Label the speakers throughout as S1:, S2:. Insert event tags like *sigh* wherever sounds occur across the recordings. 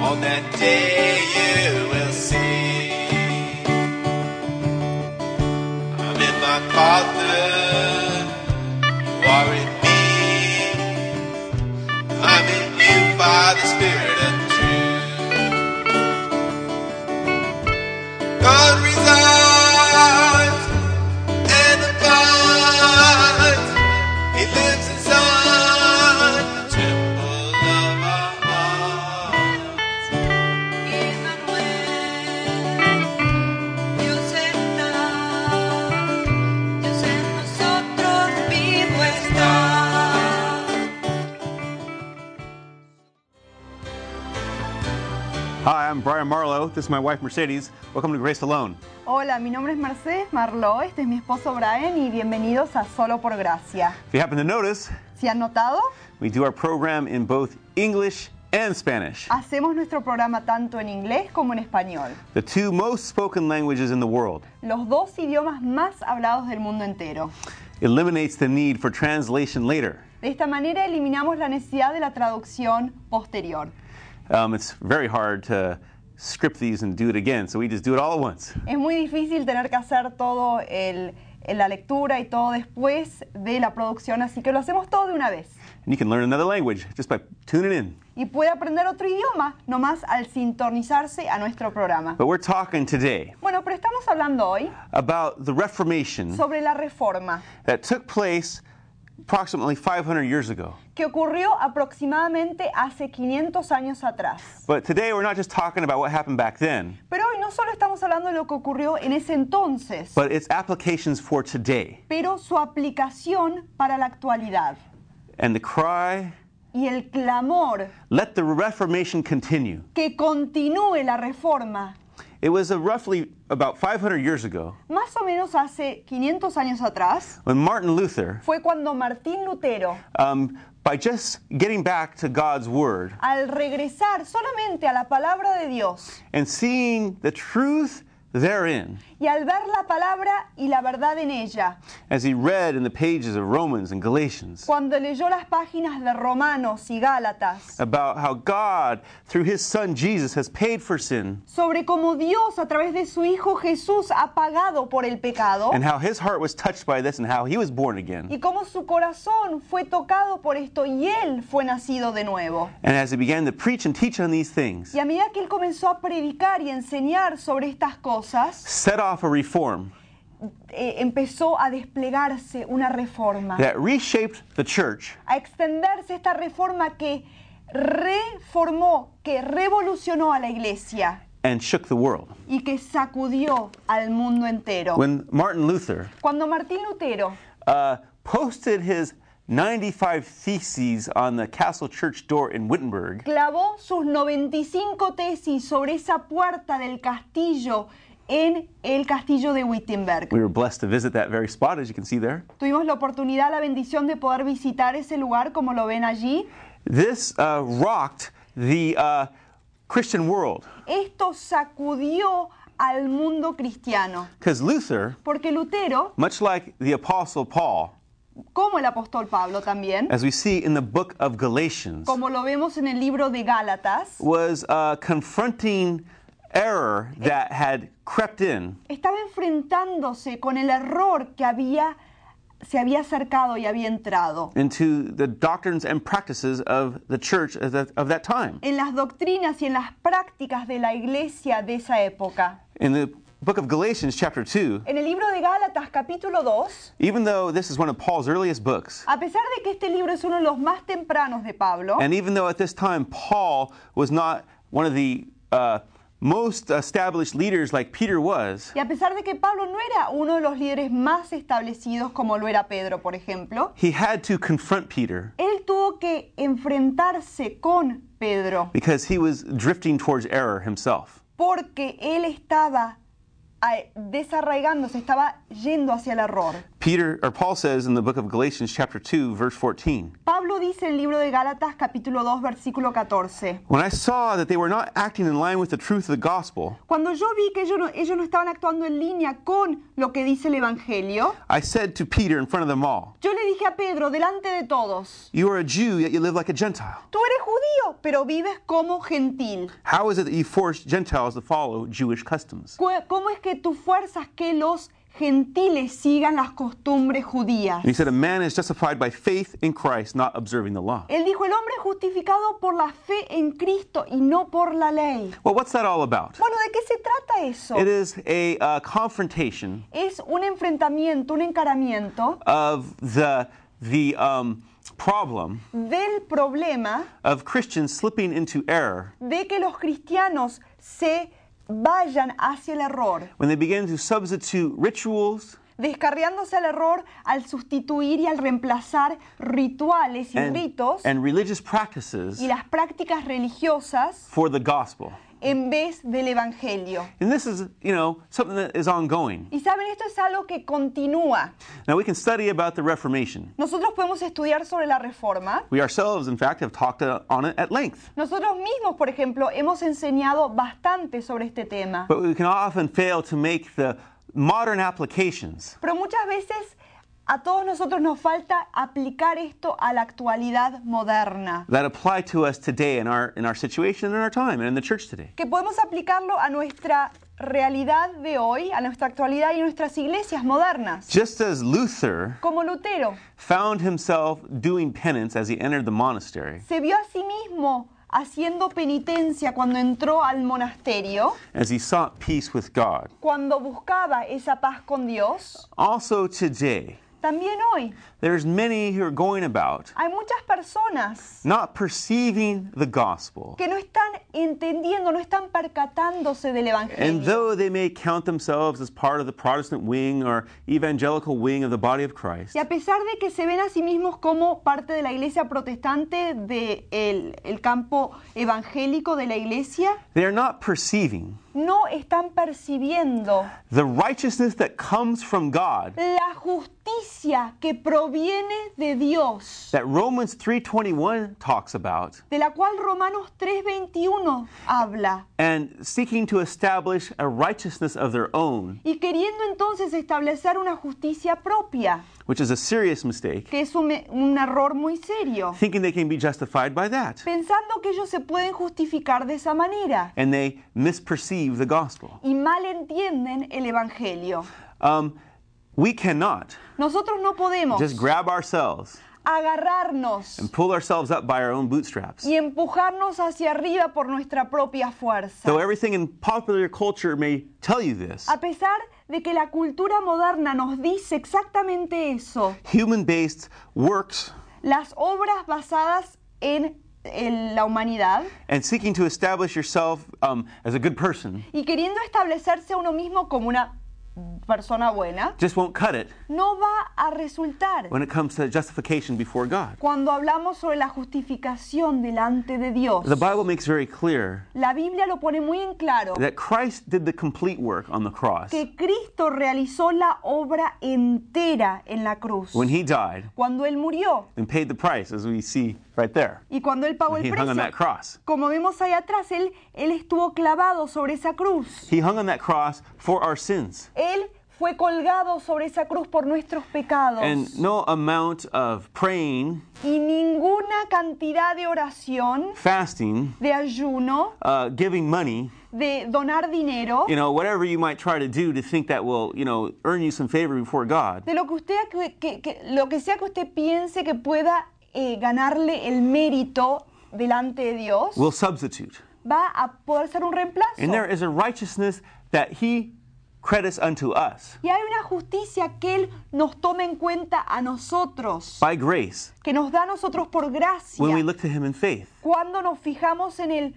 S1: On that day you will see I'm in my Father, you are in me. I'm in you by the Spirit of truth. God resides and abides. He lives inside the temple of our heart.
S2: Dios está, Dios en nosotros vivo está.
S3: Hi, I'm Brian Marlowe. This is my wife Mercedes. Welcome to Grace Alone.
S4: Hola, mi nombre es Mercedes Marló, este es mi esposo Brian y bienvenidos a Solo por Gracia.
S3: If you happen to notice,
S4: ¿Se han notado?
S3: we do our program in both English and Spanish,
S4: Hacemos nuestro programa tanto en inglés como en español,
S3: the two most spoken languages in the world.
S4: los dos idiomas más hablados del mundo entero.
S3: It eliminates the need for translation later.
S4: De esta manera eliminamos la necesidad de la traducción posterior.
S3: Um, it's very hard to script these and do it again, so we just do it all at once.
S4: Es muy difícil tener que hacer todo el, la lectura y todo después de la producción, así que lo hacemos todo de una vez.
S3: And you can learn another language just by tuning in.
S4: Y puede aprender otro idioma nomás al sintonizarse a nuestro programa.
S3: But we're talking today
S4: Bueno, pero estamos hablando hoy
S3: about the Reformation
S4: sobre la reforma
S3: that took place approximately 500 years ago.
S4: que ocurrió aproximadamente hace 500 años atrás.
S3: But today we're not just talking about what happened back then.
S4: Pero hoy no solo estamos hablando de lo que ocurrió en ese entonces,
S3: but its applications for today.
S4: pero su aplicación para la actualidad
S3: And the cry,
S4: y el clamor
S3: let the Reformation continue.
S4: que continúe la reforma.
S3: It was uh, roughly about 500 years ago
S4: Más o menos hace 500 años atrás
S3: when Martin Luther,
S4: fue cuando Martín Lutero,
S3: um, by just getting back to God's Word
S4: al regresar solamente a la palabra de Dios
S3: and seeing the truth therein,
S4: y al ver la palabra y la verdad en ella,
S3: as he read in the pages of Romans and Galatians,
S4: cuando leyó las páginas de Romanos y Gálatas,
S3: about how God, through his Son Jesus, has paid for sin
S4: sobre cómo Dios a través de su Hijo Jesús ha pagado por el pecado
S3: and how his heart was touched by this and how he was born again.
S4: y cómo su corazón fue tocado por esto y él fue nacido de nuevo.
S3: And as he began to preach and teach on these things,
S4: Y a medida que él comenzó a predicar y a enseñar sobre estas cosas,
S3: set off a reform
S4: eh, empezó a desplegarse una reforma,
S3: that reshaped the church
S4: a extenderse esta reforma que reformó, que revolucionó a la iglesia
S3: and shook the world.
S4: y que sacudió al mundo entero.
S3: When Martin Luther
S4: Cuando Martín Lutero
S3: uh, posted his 95 theses on the castle church door in Wittenberg,
S4: clavó sus 95 tesis sobre esa puerta del castillo en el castillo de Wittenberg.
S3: we were blessed to visit that very spot, as you can see there.
S4: Tuvimos la oportunidad, la bendición de poder visitar ese lugar, como lo ven allí.
S3: This uh, rocked the uh, Christian world
S4: Esto sacudió al mundo cristiano,
S3: because Luther,
S4: porque Lutero,
S3: much like the Apostle Paul,
S4: como el apóstol Pablo también,
S3: as we see in the book of Galatians,
S4: como lo vemos en el libro de Gálatas,
S3: was uh, confronting error that had crept in
S4: estaba enfrentándose con el error que había se había acercado y había entrado.
S3: into the doctrines and practices of the church of that, of that time.
S4: en las doctrinas y en las prácticas de la iglesia de esa época.
S3: In the book of Galatians, chapter 2,
S4: En el libro de Gálatas capítulo 2,
S3: even though this is one of Paul's earliest books,
S4: a pesar de que este libro es uno de los más tempranos de Pablo,
S3: and even though at this time Paul was not one of the uh, most established leaders like Peter was,
S4: y a pesar de que Pablo no era uno de los líderes más establecidos como lo era Pedro, por ejemplo,
S3: he had to confront Peter
S4: él tuvo que enfrentarse con Pedro
S3: because he was drifting towards error himself.
S4: porque él estaba ah, desarraigándose, estaba yendo hacia el error.
S3: Peter or Paul says in the book of Galatians chapter 2 verse 14,
S4: Pablo dice en el libro de Gálatas capítulo 2 versículo 14.
S3: when I saw that they were not acting in line with the truth of the gospel,
S4: Cuando yo vi que ellos no, ellos no estaban actuando en línea con lo que dice el Evangelio,
S3: I said to Peter in front of them all,
S4: yo le dije a Pedro delante de todos,
S3: you are a Jew yet you live like a Gentile.
S4: tú eres judío, pero vives como gentil.
S3: How is it that you force Gentiles to follow Jewish customs?
S4: Cu- ¿Cómo es que tú fuerzas que los gentiles sigan las costumbres judías?
S3: And he said, A man is justified by faith in Christ, not observing the law.
S4: Él dijo, el hombre es justificado por la fe en Cristo y no por la ley.
S3: Well, what's that all about?
S4: Bueno, ¿de qué se trata eso?
S3: It is a uh, confrontation
S4: Es un enfrentamiento, un encaramiento
S3: of the, the um, problem
S4: del problema
S3: of Christians slipping into error
S4: de que los cristianos se vayan hacia el error,
S3: when they begin to substitute rituals
S4: descarriándose al error al sustituir y al reemplazar rituales y
S3: and,
S4: ritos
S3: and religious practices
S4: y las prácticas religiosas
S3: for the gospel.
S4: en vez del evangelio.
S3: And this is, you know, something that is ongoing.
S4: Y saben, esto es algo que continúa.
S3: Now, we can study about the Reformation.
S4: Nosotros podemos estudiar sobre la reforma.
S3: We ourselves, in fact, have talked uh, on it at length.
S4: Nosotros mismos, por ejemplo, hemos enseñado bastante sobre este tema,
S3: But we can often fail to make the modern applications
S4: pero muchas veces a todos nosotros nos falta aplicar esto a la actualidad moderna,
S3: that apply to us today in our, in our situation, in our time, and in the church today.
S4: que podemos aplicarlo a nuestra realidad de hoy, a nuestra actualidad y nuestras iglesias modernas,
S3: Just as Luther
S4: como Lutero
S3: found himself doing penance as he entered the monastery,
S4: se vio a sí mismo haciendo penitencia cuando entró al monasterio,
S3: as he sought peace with God.
S4: cuando buscaba esa paz con Dios,
S3: Also today,
S4: también hoy
S3: there's many who are going about
S4: hay muchas personas
S3: not perceiving the gospel.
S4: que no están entendiendo, no están percatándose del
S3: And
S4: Evangelio.
S3: though they may count themselves as part of the Protestant wing or evangelical wing of the body of Christ,
S4: Y a pesar de que se ven a sí mismos como parte de la iglesia protestante, del el campo evangélico de la iglesia,
S3: they are not perceiving
S4: no están percibiendo
S3: the righteousness that comes from God
S4: la justicia que proviene de Dios,
S3: that Romans 3:21 talks about
S4: de la cual Romanos 3:21 habla,
S3: and seeking to establish a righteousness of their own,
S4: y queriendo entonces establecer una justicia propia,
S3: which is a serious mistake,
S4: que es un, un error muy serio.
S3: thinking they can be justified by that.
S4: pensando que ellos se pueden justificar de esa manera
S3: And they misperceive the gospel.
S4: y mal entienden el Evangelio.
S3: Um, we cannot
S4: Nosotros no podemos
S3: just grab ourselves
S4: agarrarnos
S3: and pull ourselves up by our own bootstraps.
S4: y empujarnos hacia arriba por nuestra propia fuerza.
S3: Though everything in popular culture may tell you this,
S4: A pesar de que la cultura moderna nos dice exactamente eso,
S3: human based works
S4: las obras basadas en, en la humanidad
S3: and seeking to establish yourself um, as a good person
S4: y queriendo establecerse a uno mismo como una persona buena,
S3: just won't cut it
S4: no va a resultar.
S3: when it comes to justification before God.
S4: Cuando hablamos sobre la justificación delante de Dios,
S3: The Bible makes very clear
S4: la Biblia lo pone muy en claro,
S3: that Christ did the complete work on the cross
S4: que Cristo realizó la obra entera en la cruz,
S3: when he died
S4: cuando Él murió
S3: and paid the price, as we see right there.
S4: y cuando Él pagó
S3: He
S4: el
S3: hung on that
S4: precio.
S3: cross.
S4: Como vemos ahí atrás, él, él estuvo clavado sobre esa cruz.
S3: He hung on that cross for our sins.
S4: Él fue colgado sobre esa cruz por nuestros pecados.
S3: And no amount of praying,
S4: y ninguna cantidad de oración,
S3: fasting,
S4: de ayuno,
S3: uh, giving money,
S4: de donar dinero,
S3: you know, whatever you might try to do to think that will, you know, earn you some favor before God,
S4: de lo que usted que- que- lo que sea que usted piense que pueda eh, ganarle el mérito delante de Dios
S3: will substitute.
S4: va a poder ser un reemplazo
S3: And there is a righteousness that He credits unto us
S4: y hay una justicia que él nos toma en cuenta a nosotros
S3: by grace
S4: que nos da a nosotros por gracia
S3: when we look to Him in faith.
S4: cuando nos fijamos en el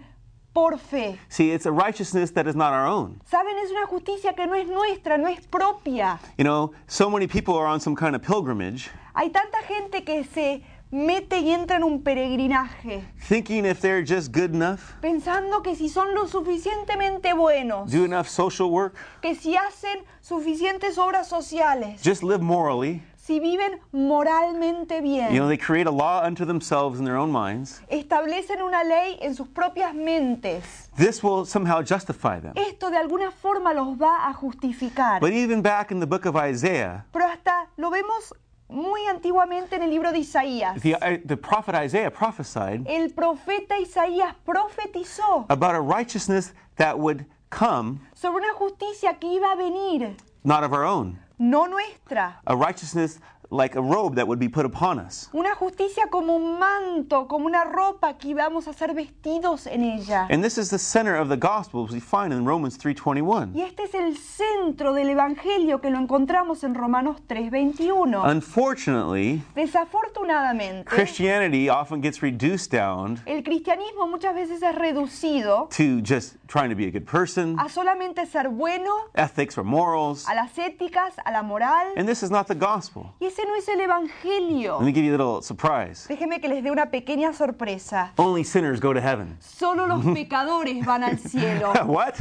S4: por fe
S3: See, it's a righteousness that is not our own.
S4: saben es una justicia que no es nuestra no es propia
S3: You know, so many people are on some kind of pilgrimage
S4: hay tanta gente que se mete y entra en un peregrinaje,
S3: thinking if they're just good enough,
S4: pensando que si son lo suficientemente buenos,
S3: do enough social work,
S4: que si hacen suficientes obras sociales,
S3: just live morally,
S4: si viven moralmente
S3: you know,
S4: bien,
S3: they create a law unto themselves in their own minds,
S4: establecen una ley en sus propias mentes,
S3: this will somehow justify them.
S4: esto de alguna forma los va a justificar.
S3: But even back in the book of Isaiah,
S4: Pero hasta lo vemos muy antiguamente en el libro de Isaías.
S3: the, I the prophet Isaiah prophesied
S4: El profeta Isaías profetizó
S3: about a righteousness that would come
S4: sobre una justicia que iba a venir,
S3: not of our own,
S4: no nuestra.
S3: a righteousness like a robe that would be put upon us.
S4: Una justicia como un manto, como una ropa que íbamos a ser vestidos en ella.
S3: And this is the center of the gospel as we find in Romans 3:21.
S4: Y este es el centro del Evangelio que lo encontramos en Romanos
S3: Ah.
S4: 3:21.
S3: Unfortunately,
S4: Desafortunadamente,
S3: Christianity often gets reduced down
S4: el cristianismo muchas veces es reducido
S3: to just trying to be a good person,
S4: a solamente ser bueno,
S3: ethics or morals,
S4: a las éticas, a la moral.
S3: and this is not the gospel.
S4: Y ese no es el Evangelio.
S3: Let me give you a little surprise.
S4: Déjeme que les dé una pequeña sorpresa.
S3: Only sinners go to heaven.
S4: Solo
S3: *laughs*
S4: los pecadores van al cielo.
S3: what?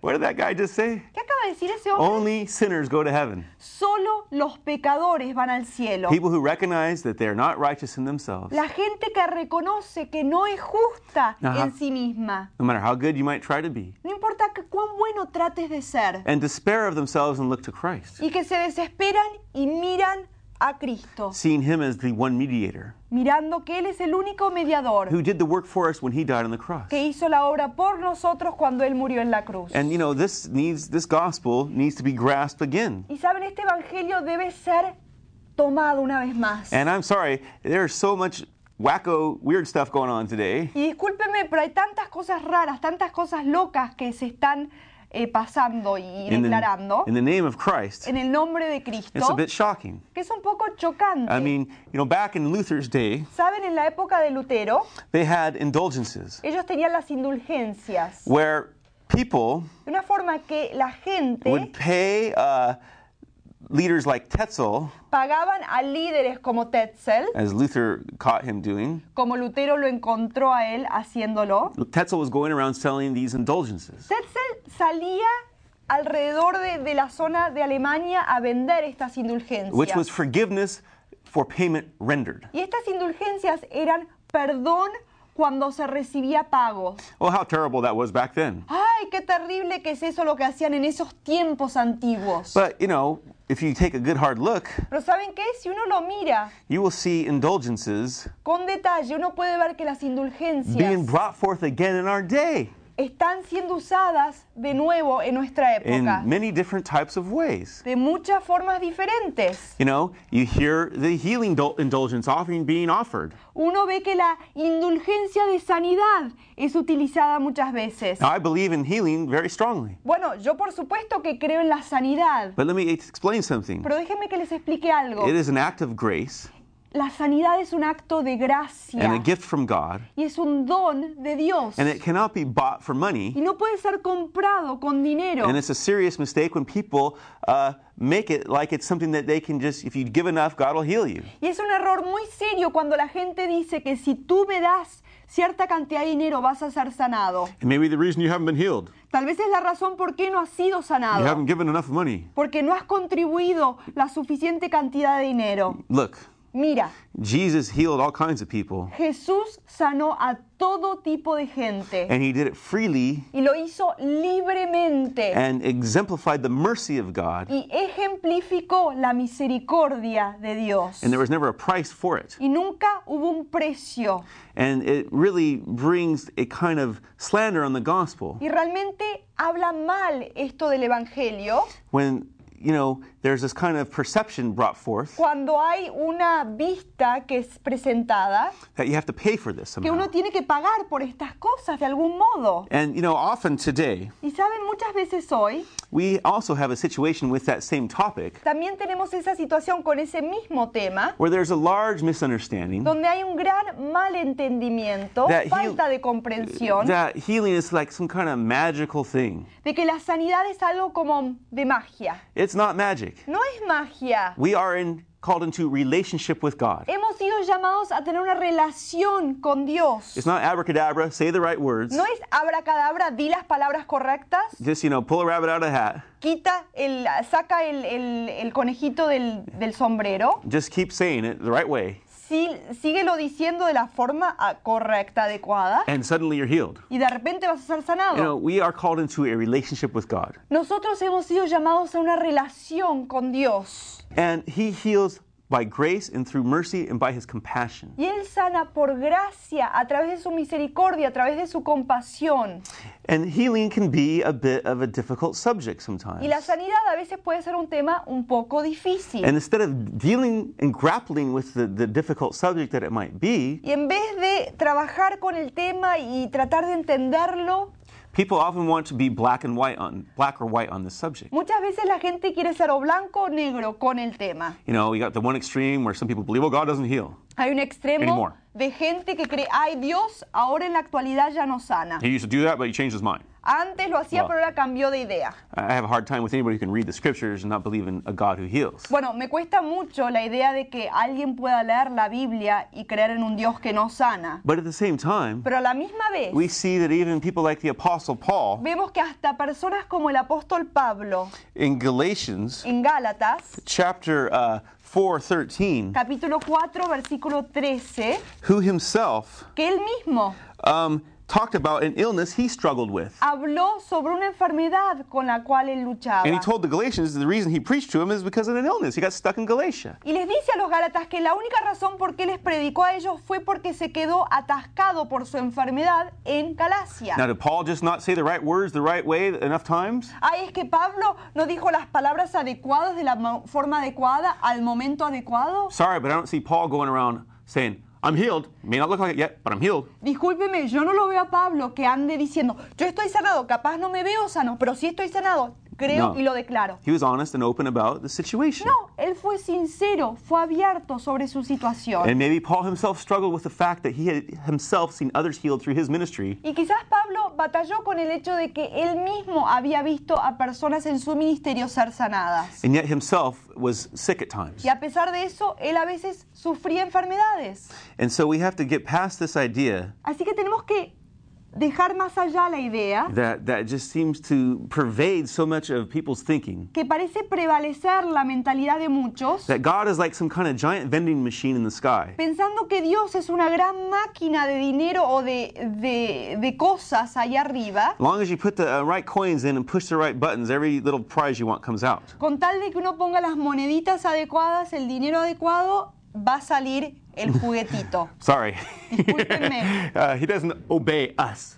S3: What did that guy just say?
S4: ¿Qué acaba de decir ese hombre?
S3: Only sinners go to heaven.
S4: Solo los pecadores van al cielo.
S3: People who recognize that they're not righteous in themselves,
S4: La gente que reconoce que no es justa
S3: Ajá.
S4: en sí misma.
S3: no matter how good you might try to be,
S4: No importa que- cuán bueno trates de ser.
S3: and despair of themselves and look to Christ,
S4: Y que se desesperan y miran a Cristo.
S3: seeing Him as the one mediator
S4: Mirando que Él es el único mediador
S3: who did the work for us when He died on the cross.
S4: que hizo la obra por nosotros cuando Él murió en la cruz.
S3: And you know, this needs this gospel needs to be grasped again.
S4: Y saben, este evangelio debe ser tomado una vez más.
S3: And I'm sorry, there's so much wacko weird stuff going on today.
S4: Y discúlpenme, pero hay tantas cosas raras, tantas cosas locas que se están eh, pasando y
S3: In the,
S4: declarando
S3: in the name of Christ.
S4: en el nombre de
S3: It's a
S4: Cristo,
S3: bit shocking.
S4: que es un poco chocante.
S3: I mean, you know, back in Luther's day,
S4: Saben, en la época de Lutero,
S3: they had indulgences
S4: ellos tenían las indulgencias. De
S3: where people
S4: una forma que la gente
S3: would pay uh, leaders like Tetzel,
S4: pagaban a líderes como Tetzel,
S3: as Luther caught him doing.
S4: como Lutero lo encontró a él haciéndolo.
S3: Tetzel was going around selling these indulgences.
S4: Tetzel salía alrededor de, de la zona de Alemania a vender estas
S3: which was
S4: indulgencias.
S3: forgiveness for payment rendered.
S4: Y estas indulgencias eran perdón cuando se recibía pagos.
S3: Oh, how terrible that was back then.
S4: ¡Ay, qué terrible que es eso lo que hacían en esos tiempos antiguos!
S3: But, you know, if you take a good hard look,
S4: Pero ¿saben qué? Si uno lo mira
S3: you will see indulgences
S4: con detalle, uno puede ver que las
S3: being
S4: indulgencias
S3: brought forth again in our day
S4: están siendo usadas de nuevo en nuestra
S3: in
S4: época,
S3: many different types of ways.
S4: de muchas formas diferentes.
S3: You know, you hear the healing dul- indulgence offering being offered.
S4: Uno ve que la indulgencia de sanidad es utilizada muchas veces.
S3: Now, I believe in healing very strongly,
S4: Bueno, yo por supuesto que creo en la sanidad,
S3: but let me explain something.
S4: pero déjenme que les explique algo.
S3: It is an act of grace
S4: La sanidad es un acto de gracia
S3: and a gift from God,
S4: y es un don de Dios.
S3: and it cannot be bought for
S4: Y
S3: money.
S4: no puede ser comprado con dinero.
S3: And it's a serious mistake when people uh, make it like it's something that they can just, if you give enough, God will heal you.
S4: Y es un error muy serio cuando la gente dice que si tú me das cierta cantidad de dinero vas a ser sanado.
S3: And maybe the reason you haven't been healed,
S4: Tal vez es la razón por qué no has sido
S3: you haven't
S4: sanado.
S3: given enough money.
S4: Porque no has contribuido la suficiente cantidad de dinero.
S3: Look,
S4: Mira,
S3: Jesus healed all kinds of people,
S4: Jesús sanó a todo tipo de gente.
S3: and he did it freely
S4: y lo hizo libremente
S3: and exemplified the mercy of God,
S4: y ejemplificó la misericordia de Dios.
S3: and there was never a price for it.
S4: Y nunca hubo un precio.
S3: And it really brings a kind of slander on the gospel
S4: Y realmente habla mal esto del Evangelio
S3: when, you know, there's this kind of perception brought forth
S4: cuando hay una vista que es presentada
S3: that you have to pay for this
S4: que uno
S3: somehow.
S4: tiene que pagar por estas cosas de algún modo.
S3: And, you know, often today,
S4: Y saben, muchas veces hoy
S3: we also have a situation with that same topic
S4: también tenemos esa situación con ese mismo tema
S3: where there's a large misunderstanding
S4: donde hay un gran malentendimiento,
S3: That heal-
S4: falta de comprensión.
S3: that healing is like some kind of magical thing.
S4: de que la sanidad es algo como de magia.
S3: It's not magic.
S4: No es magia.
S3: We are in called into relationship with God.
S4: Hemos sido llamados a tener una relación con Dios.
S3: It's not abracadabra, say the right words.
S4: No es abracadabra, di las palabras correctas,
S3: Just, you know, pull a rabbit out of a hat.
S4: quita el, saca el, el- el conejito del, del sombrero.
S3: Just keep saying it the right way,
S4: Sí, síguelo diciendo de la forma ah, correcta, adecuada,
S3: and suddenly you're healed.
S4: y de repente vas a ser
S3: You know,
S4: sanado.
S3: we are called into a relationship with God,
S4: Nosotros hemos sido llamados a una relación con Dios.
S3: and He heals by grace and through mercy and by His compassion.
S4: Y Él sana por gracia, a través de su misericordia, a través de su compasión.
S3: And healing can be a bit of a difficult subject sometimes.
S4: Y la sanidad a veces puede ser un tema un poco difícil.
S3: And instead of dealing and grappling with the, the difficult subject that it might be,
S4: Y en vez de trabajar con el tema y tratar de entenderlo,
S3: people often want to be black and white on black or white on this subject.
S4: muchas veces la gente quiere ser o blanco o negro con el tema.
S3: You know, you got the one extreme where some people believe, well, God doesn't heal.
S4: Hay un extremo
S3: Anymore.
S4: de gente que cree, ay Dios, ahora en la actualidad ya no sana.
S3: He used to do that, but he changed his mind.
S4: Antes lo hacía,
S3: Wow.
S4: pero ahora cambió de idea.
S3: I I have a hard time with anybody who can read the scriptures and not believe in a God who heals.
S4: Bueno, me cuesta mucho la idea de que alguien pueda leer la Biblia y creer en un Dios que no sana.
S3: But at the same time,
S4: Pero a la misma vez
S3: we see that even people like the Apostle Paul
S4: vemos que hasta personas como el apóstol Pablo
S3: in Galatians
S4: en Gálatas,
S3: chapter uh, 4 13,
S4: capítulo 4, versículo 13,
S3: who himself
S4: que él mismo
S3: um, talked about an illness he struggled with.
S4: habló sobre una enfermedad con la cual él luchaba.
S3: And he told the Galatians the reason he preached to him is because of an illness. He got stuck in Galatia.
S4: Y les dice a los Gálatas que la única razón por qué les predicó a ellos fue porque se quedó atascado por su enfermedad en Galacia.
S3: Now, did Paul just not say the right words the right way enough times?
S4: Ay, es que Pablo no dijo las palabras adecuadas de la mo- forma adecuada al momento adecuado.
S3: Sorry, but I don't see Paul going around saying, I'm healed. May not look like it yet, but I'm healed.
S4: Discúlpeme, yo no lo veo a Pablo que ande diciendo, yo estoy sanado, capaz no me veo sano, pero sí estoy sanado, creo
S3: No.
S4: y lo declaro.
S3: He was honest and open about the situation.
S4: No, él fue sincero, fue abierto sobre su situación.
S3: And maybe Paul himself struggled with the fact that he had himself seen others healed through his ministry.
S4: Y quizás Pablo batalló con el hecho de que él mismo había visto a personas en su ministerio ser sanadas.
S3: And yet himself was sick at times.
S4: Y a pesar de eso, él a veces sufría enfermedades.
S3: And so we have to get past this idea
S4: Así que tenemos que dejar más allá la idea
S3: that, that just seems to pervade so much of people's thinking.
S4: que parece prevalecer la mentalidad de muchos,
S3: That God is like some kind of giant vending machine in the sky.
S4: pensando que Dios es una gran máquina de dinero o de, de- de cosas allá arriba,
S3: As long as you put the uh, right coins in and push the right buttons, every little prize you want comes out.
S4: con tal de que uno ponga las moneditas adecuadas, el dinero adecuado, va a salir el juguetito.
S3: Sorry.
S4: Discúlpenme.
S3: *laughs* uh, he doesn't obey us.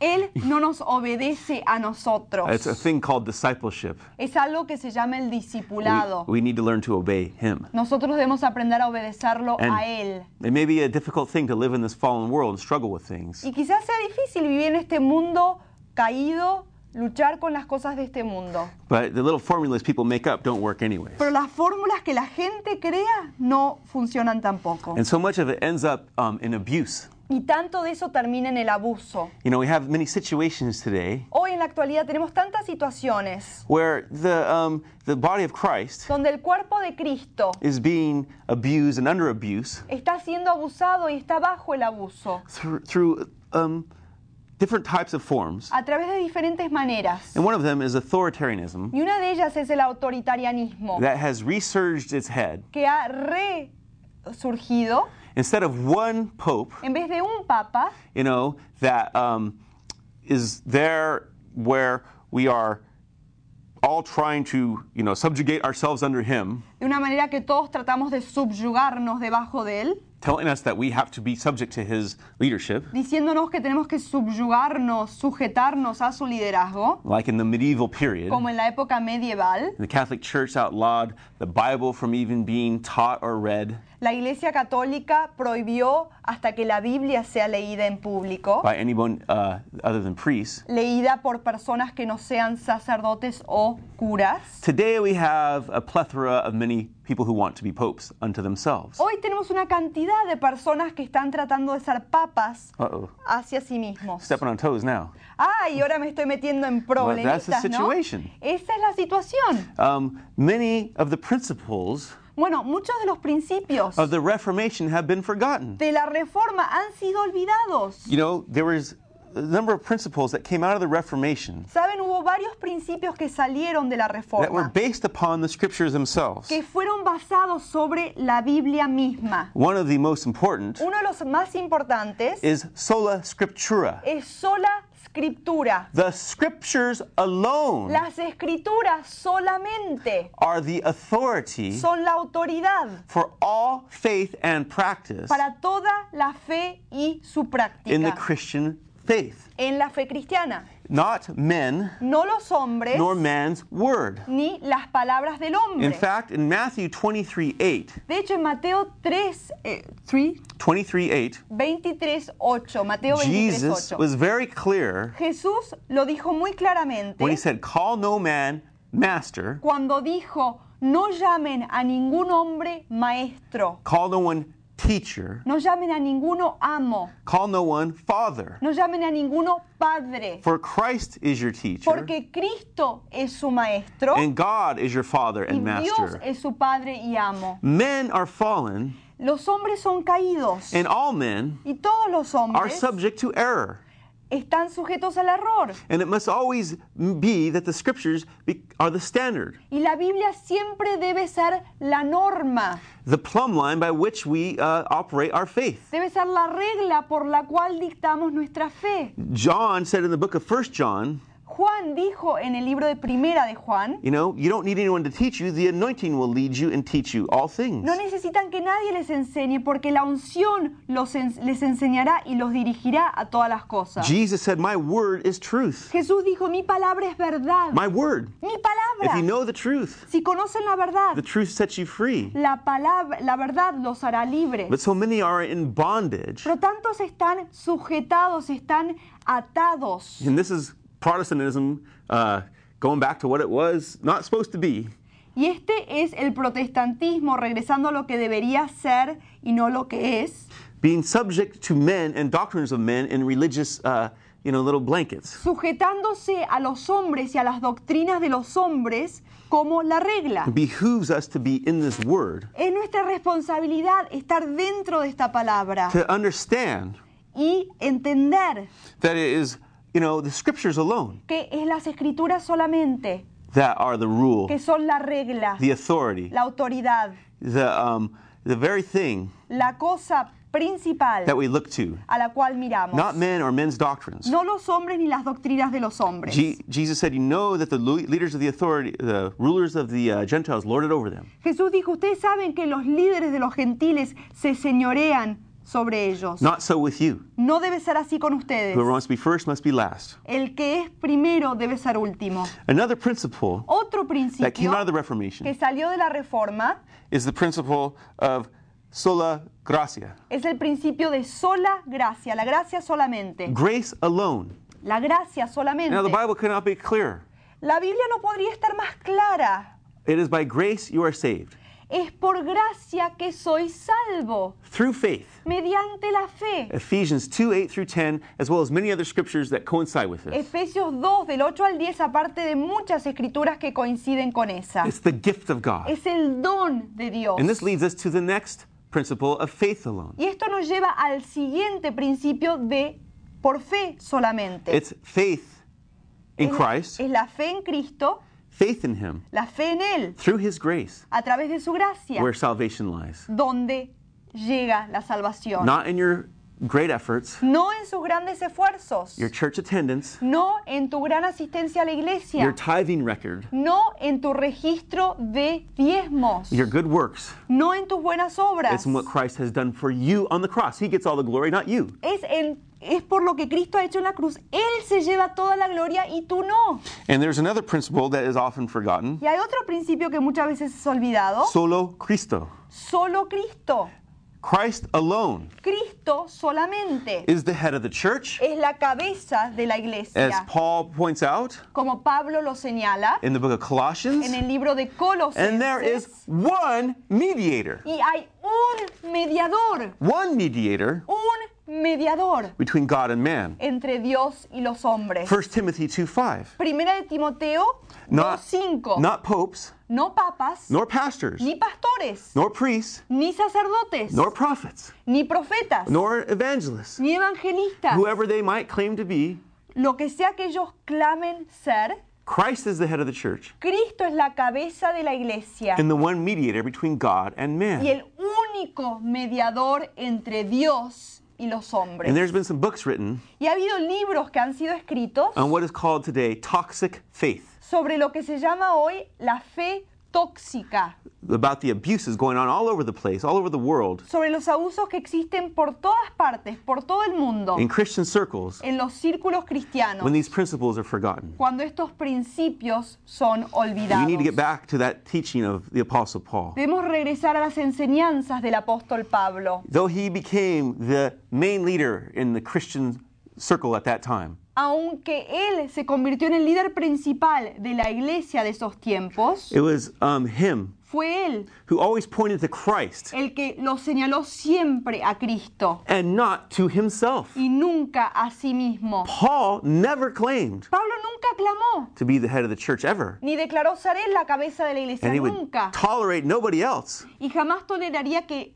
S4: Él no nos obedece a
S3: It's a
S4: nosotros.
S3: thing called discipleship.
S4: Es algo que se llama el
S3: We,
S4: discipulado.
S3: we need to learn to obey him.
S4: Nosotros debemos aprender a obedecerlo
S3: And
S4: a Él.
S3: It may be a difficult thing to live in this fallen world and struggle with things.
S4: Y quizás sea difícil vivir en este mundo caído, luchar con las cosas de este mundo.
S3: But the little formulas people make up don't work anyway.
S4: Pero las fórmulas que la gente crea no funcionan tampoco.
S3: And so much of it ends up um, in abuse.
S4: Y tanto de eso termina en el abuso.
S3: You know, we have many situations today
S4: Hoy en la actualidad tenemos tantas situaciones
S3: where the, um, the body of Christ
S4: donde el cuerpo de Cristo
S3: is being abused and under abuse
S4: está siendo abusado y está bajo el abuso
S3: through, through um, different types of forms.
S4: a través de diferentes maneras.
S3: And one of them is authoritarianism
S4: Y una de ellas es el autoritarianismo,
S3: that has resurged its head.
S4: que ha resurgido
S3: Instead of one pope,
S4: en vez de un papa
S3: you know, that um, is there where we are all trying to, you know, subjugate ourselves under him,
S4: de una manera que todos tratamos de subyugarnos debajo de él,
S3: telling us that we have to be subject to his leadership,
S4: diciéndonos que tenemos que subyugarnos, sujetarnos a su liderazgo,
S3: like in the medieval period.
S4: como en la época medieval.
S3: The Catholic Church outlawed the Bible from even being taught or read
S4: La Iglesia Católica prohibió hasta que la Biblia sea leída en público,
S3: by anyone uh, other than priests.
S4: leída por personas que no sean sacerdotes o curas.
S3: Today we have a plethora of many people who want to be popes unto themselves.
S4: Hoy tenemos una cantidad de personas que están tratando de ser papas
S3: Uh-oh.
S4: hacia sí mismos.
S3: Stepping on toes now.
S4: Ah, y ahora me estoy metiendo en
S3: that's the
S4: problemitas, ¿no?
S3: situation.
S4: Esa es la situación.
S3: Um, many of the principles
S4: Bueno, muchos de los principios
S3: of the Reformation have been forgotten.
S4: de la reforma han sido olvidados.
S3: You know, there was a number of principles that came out of the Reformation
S4: Saben, hubo varios principios que salieron de la
S3: that were
S4: reforma,
S3: based upon the scriptures themselves.
S4: que fueron basados sobre la Biblia misma.
S3: One of the most important
S4: Uno de los más importantes
S3: is sola scriptura.
S4: es sola escritura.
S3: The scriptures alone
S4: Las escrituras solamente
S3: are the authority
S4: son la autoridad
S3: for all faith and practice
S4: para toda la fe y su
S3: in the
S4: práctica
S3: Christian faith,
S4: en la fe cristiana.
S3: not men
S4: No los hombres
S3: nor man's word.
S4: ni las palabras del
S3: In
S4: hombre.
S3: fact, in Matthew 23 8,
S4: De hecho, en Mateo 3, eh, 3,
S3: 23 8,
S4: 23, 8, Mateo 23,
S3: Jesus
S4: 8.
S3: was very clear
S4: Jesús lo dijo muy claramente
S3: when he said, Call no man master,
S4: cuando dijo, no llamen a ningún hombre maestro,
S3: call no one teacher,
S4: no llamen a ninguno amo,
S3: call no one father.
S4: no llamen a ninguno padre,
S3: For Christ is your teacher,
S4: porque Cristo es su maestro
S3: and God is your father
S4: y
S3: and
S4: Dios
S3: master.
S4: es su padre y amo.
S3: Men are fallen,
S4: Los hombres son caídos
S3: and all men
S4: y todos los
S3: are
S4: hombres
S3: subject to error.
S4: están sujetos al error.
S3: And it must always be that the scriptures be, are the standard,
S4: Y la Biblia siempre debe ser la norma,
S3: the plumb line by which we uh, operate our faith.
S4: debe ser la regla por la cual dictamos nuestra fe.
S3: John said in the book of 1 John,
S4: Juan dijo en el libro de Primera de Juan,
S3: you know, you don't need anyone to teach you, the anointing will lead you and teach you all things.
S4: no necesitan que nadie les enseñe porque la unción los en- les enseñará y los dirigirá a todas las cosas.
S3: Jesus said, My word is truth.
S4: Jesús dijo, mi palabra es verdad.
S3: My word.
S4: Mi
S3: If you
S4: palabra.
S3: know the truth,
S4: Si conocen la verdad,
S3: the truth sets you free.
S4: la palabra, la verdad los hará libres.
S3: But so many are in bondage.
S4: Pero tantos están sujetados, están atados.
S3: And this is Protestantism uh, going back to what it was not supposed to be.
S4: Y este es el protestantismo, regresando a lo que debería ser y no lo que es,
S3: being subject to men and doctrines of men in religious, uh, you know, little blankets.
S4: sujetándose a los hombres y a las doctrinas de los hombres como la regla.
S3: It behooves us to be in this word,
S4: Es nuestra responsabilidad estar dentro de esta palabra
S3: to understand
S4: y entender
S3: that it is, you know, the scriptures alone
S4: que es las escrituras solamente,
S3: that are the rule,
S4: que son la regla,
S3: the authority,
S4: la autoridad,
S3: the, um, the very thing
S4: la cosa principal
S3: that we look to,
S4: a la cual miramos.
S3: not men or men's doctrines.
S4: No los hombres ni las doctrinas de los hombres.
S3: Je- Jesus said, "You know that the lu- leaders of the authority, the rulers of the uh, Gentiles, lord it over them."
S4: Jesús dijo, ustedes saben que los líderes de los gentiles se señorean sobre ellos.
S3: Not so with you.
S4: No debe ser así con ustedes.
S3: Whoever wants to be first must be last.
S4: El que es primero debe ser último.
S3: Another principle
S4: Otro
S3: that came
S4: principio
S3: out of the Reformation
S4: que salió de la reforma
S3: is the principle of sola gratia,
S4: es el principio de sola gracia, la gracia solamente.
S3: grace alone.
S4: La gracia solamente.
S3: Now, the Bible could not be clearer.
S4: La Biblia no podría estar más clara.
S3: It is by grace you are saved,
S4: Es por gracia que soy salvo,
S3: through faith.
S4: mediante la fe.
S3: Ephesians 2 8 through 10, as well as many other scriptures that coincide with this.
S4: Efesios 2, del 8 al 10, aparte de muchas escrituras que coinciden con esa.
S3: It's the gift of God.
S4: Es el don de Dios.
S3: And this leads us to the next principle of faith alone
S4: Y esto nos lleva al siguiente principio de por fe solamente.
S3: it's faith in
S4: Es-
S3: Christ,
S4: Es la fe en Cristo,
S3: faith in Him,
S4: la fe en Él,
S3: through His grace,
S4: a través de su gracia,
S3: where salvation lies.
S4: donde llega la salvación.
S3: Not in your great efforts,
S4: No en sus grandes esfuerzos,
S3: your church attendance,
S4: no en tu gran asistencia a la
S3: your
S4: iglesia,
S3: tithing record,
S4: no en tu registro de diezmos,
S3: your good works.
S4: no en tus buenas
S3: It's
S4: obras.
S3: in what Christ has done for you on the cross. He gets all the glory, not you.
S4: Es, en- es por lo que Cristo ha hecho en la cruz. Él se lleva toda la gloria y tú no.
S3: And there's another principle that is often forgotten.
S4: Y hay otro principio que muchas veces es olvidado.
S3: Solo Cristo.
S4: Solo Cristo.
S3: Christ alone
S4: Cristo solamente
S3: is the head of the church,
S4: es la cabeza de la
S3: as
S4: iglesia,
S3: Paul points out
S4: como Pablo lo señala
S3: in the book of
S4: en
S3: Colossians.
S4: el libro de
S3: And there is
S4: Colosenses.
S3: one mediator.
S4: Y hay un mediador,
S3: One mediator
S4: un mediador
S3: between God and man.
S4: entre Dios y los hombres.
S3: 1 Timothy 2 5.
S4: Primera de Timoteo
S3: Not,
S4: 2.5.
S3: not popes,
S4: no papas,
S3: nor pastors,
S4: ni pastores,
S3: nor priests,
S4: ni sacerdotes,
S3: nor prophets,
S4: ni profetas,
S3: nor evangelists,
S4: ni evangelistas.
S3: whoever they might claim to be,
S4: Lo que sea que ellos clamen ser,
S3: Christ is the head of the church
S4: Cristo es la cabeza de la iglesia
S3: and the one mediator between God and
S4: y
S3: man.
S4: el único mediador entre Dios y
S3: And
S4: los hombres.
S3: there's been some books written
S4: Y ha habido libros que han sido escritos
S3: on what is called today toxic faith,
S4: sobre lo que se llama hoy la fe tóxica,
S3: about the abuses going on all over the place, all over the world,
S4: sobre los abusos que existen por todas partes, por todo el mundo,
S3: in Christian circles,
S4: en los círculos cristianos,
S3: when these principles are forgotten.
S4: cuando estos principios son
S3: We
S4: olvidados.
S3: need to get back to that teaching of the Apostle Paul.
S4: Debemos regresar a las enseñanzas del apóstol Pablo.
S3: Though he became the main leader in the Christian circle at that time,
S4: Aunque él se convirtió en el líder principal de la iglesia de esos tiempos,
S3: it was um, him
S4: fue él
S3: who always pointed to Christ
S4: el que lo señaló siempre a Cristo
S3: and not to himself.
S4: y nunca a sí mismo.
S3: Paul never claimed
S4: Pablo nunca clamó
S3: to be the head of the church ever.
S4: ni declaró ser él la cabeza de la iglesia
S3: And he would
S4: nunca
S3: tolerate nobody else
S4: y jamás toleraría que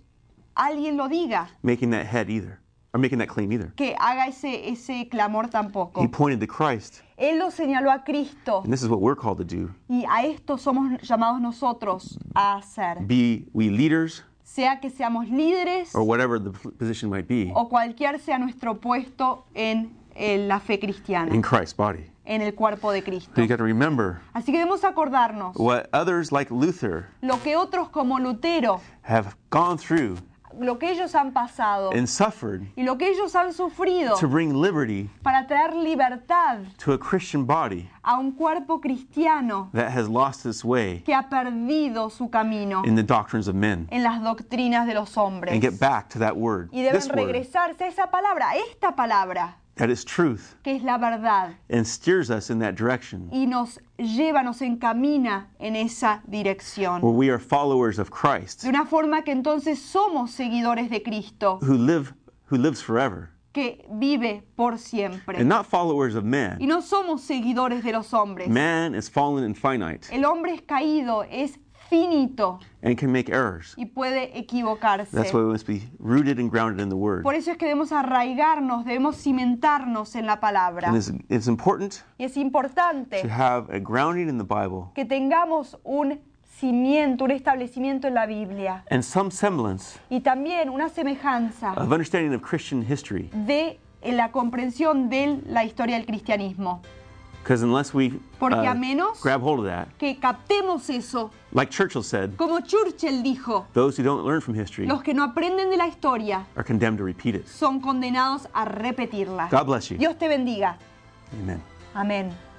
S4: alguien lo diga,
S3: making that head either, or making that claim either.
S4: que haga ese, ese clamor
S3: He
S4: tampoco.
S3: pointed to Christ,
S4: Él lo señaló a Cristo
S3: and this is what we're called to do
S4: y a esto somos llamados nosotros a hacer,
S3: be we leaders
S4: sea que seamos líderes
S3: or whatever the p- position might be
S4: o cualquier sea nuestro puesto en, en la fe
S3: in
S4: cristiana,
S3: Christ's body.
S4: en el cuerpo de Cristo.
S3: So you got to remember
S4: Así que debemos acordarnos
S3: what others like Luther
S4: lo que otros como Lutero,
S3: have gone through
S4: lo que ellos han pasado
S3: and suffered
S4: y lo que ellos han sufrido
S3: to bring liberty
S4: para traer libertad
S3: to a Christian body
S4: a un cuerpo cristiano
S3: that has lost its way
S4: que ha perdido su camino
S3: in the doctrines of men
S4: en las doctrinas de los hombres.
S3: and get back to that word,
S4: Y deben
S3: this word,
S4: regresarse a esa palabra, a esta palabra,
S3: that is truth
S4: que es la verdad,
S3: and steers us in that direction
S4: y nos lleva, nos encamina en esa dirección.
S3: where we are followers of Christ
S4: De una forma que entonces somos seguidores de Cristo,
S3: who live who lives forever
S4: que vive por siempre.
S3: and not followers of
S4: Y
S3: man.
S4: no somos seguidores de los hombres.
S3: Man is fallen and finite
S4: El hombre es caído, es finito
S3: and can make errors.
S4: y puede
S3: That's
S4: equivocarse.
S3: why we must be rooted and grounded in the word.
S4: Por eso es que debemos arraigarnos, debemos cimentarnos en la palabra.
S3: And it's, it's important
S4: Y es
S3: to
S4: importante
S3: have a grounding in the Bible
S4: que tengamos un cimiento, un establecimiento en la Biblia
S3: and some semblance
S4: y también una semejanza
S3: of understanding of Christian history.
S4: de la comprensión de la historia del cristianismo.
S3: Because unless we uh,
S4: Porque a menos-
S3: grab hold of that,
S4: Que captemos eso,
S3: like Churchill said,
S4: como Churchill dijo,
S3: those who don't learn from history
S4: los que no aprenden de la historia
S3: are condemned to repeat it.
S4: son condenados a repetirla.
S3: God bless you.
S4: Dios te bendiga.
S3: Amen.
S4: Amén.